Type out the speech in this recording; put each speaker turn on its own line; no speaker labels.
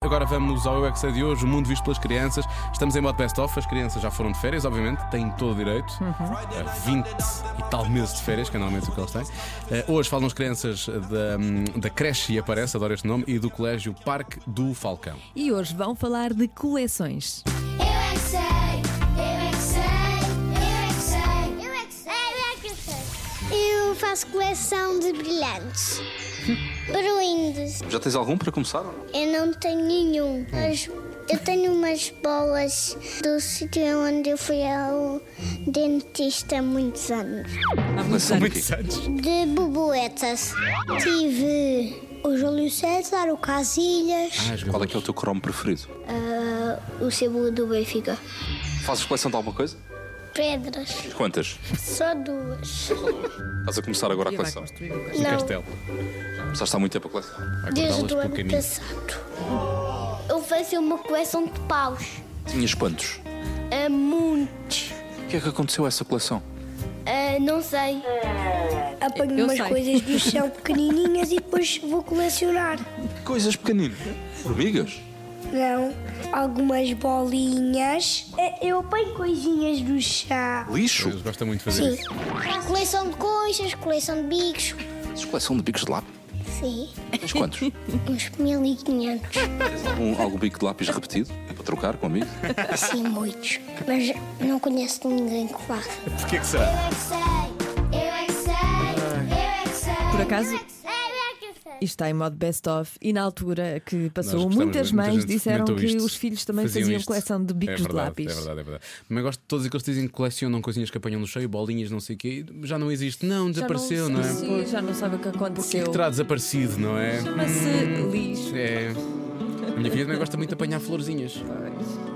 Agora vamos ao UXA de hoje, o mundo visto pelas crianças. Estamos em modo best-of, as crianças já foram de férias, obviamente, têm todo o direito. Há 20 e tal meses de férias, que é normalmente o que eles têm. Eh, hoje falam as crianças da, hum, da creche e aparece, adoro este nome, e do colégio Parque do Falcão.
E hoje vão falar de coleções.
Eu é que sei, eu é que sei, eu é que sei, eu é que sei, eu é que sei, eu é que sei. Eu faço coleção de brilhantes. Bruindes.
Já tens algum para começar?
Eu não tenho nenhum. Mas eu tenho umas bolas do sítio onde eu fui ao dentista há muitos anos.
Há muitos
São
anos.
muitos anos.
De borboletas. Tive o Júlio César, o
Ah,
Casilhas,
Qual é que é o teu cromo preferido?
o símbolo do Benfica.
Fazes coleção de alguma coisa?
Pedras.
Quantas?
Só duas.
Estás a começar agora a
E vai
coleção.
construir um
E
Não.
Castelo.
Começaste há muito tempo a coleção.
Vai cortá-las
Desde o
por
ano
caminho.
passado. Eu fazia uma coleção de paus.
Tinhas quantos?
A muitos.
O que é que aconteceu a essa coleção?
Ah, não sei.
Apanho
Eu
umas
sei.
coisas do chão pequenininhas e depois vou colecionar.
Coisas pequeninas. Formigas?
Não, algumas bolinhas. É, Eu apanho coisinhas do chão.
Lixo?
Eles gostam muito de fazer isso.
Coleção de coisas, coleção de bicos.
Fazes coleção de bicos de lápis?
Sim.
Tens quantos?
Uns 1500.
Tens algum, algum bico de lápis repetido? Para trocar com amigos?
Sim, assim, muitos. Mas não conheço ninguém que faça.
Porquê que será?
Eu é que sei. Eu é que sei. Eu é que sei.
Por acaso-
Eu é que sei. Eu é que sei.
Isto está em modo best-of e na altura que
Nós
passou,
gostamos
muitas
muito, muita
mães
gente
disseram
comentou
que
isto.
os filhos também faziam,
isto.
coleção de bicos
é verdade,
de lápis.
É verdade, é verdade. Mas gosto de todos aqueles que dizem que colecionam coisinhas que apanham no cheio, bolinhas, não sei o quê. Já não existe. Não,
Já
desapareceu, não,
não,
é?
sim, Já não sabe o que aconteceu.
Terá desaparecido, não é?
Chama-se lixo.
É. A minha filha também gosta muito de apanhar florzinhas.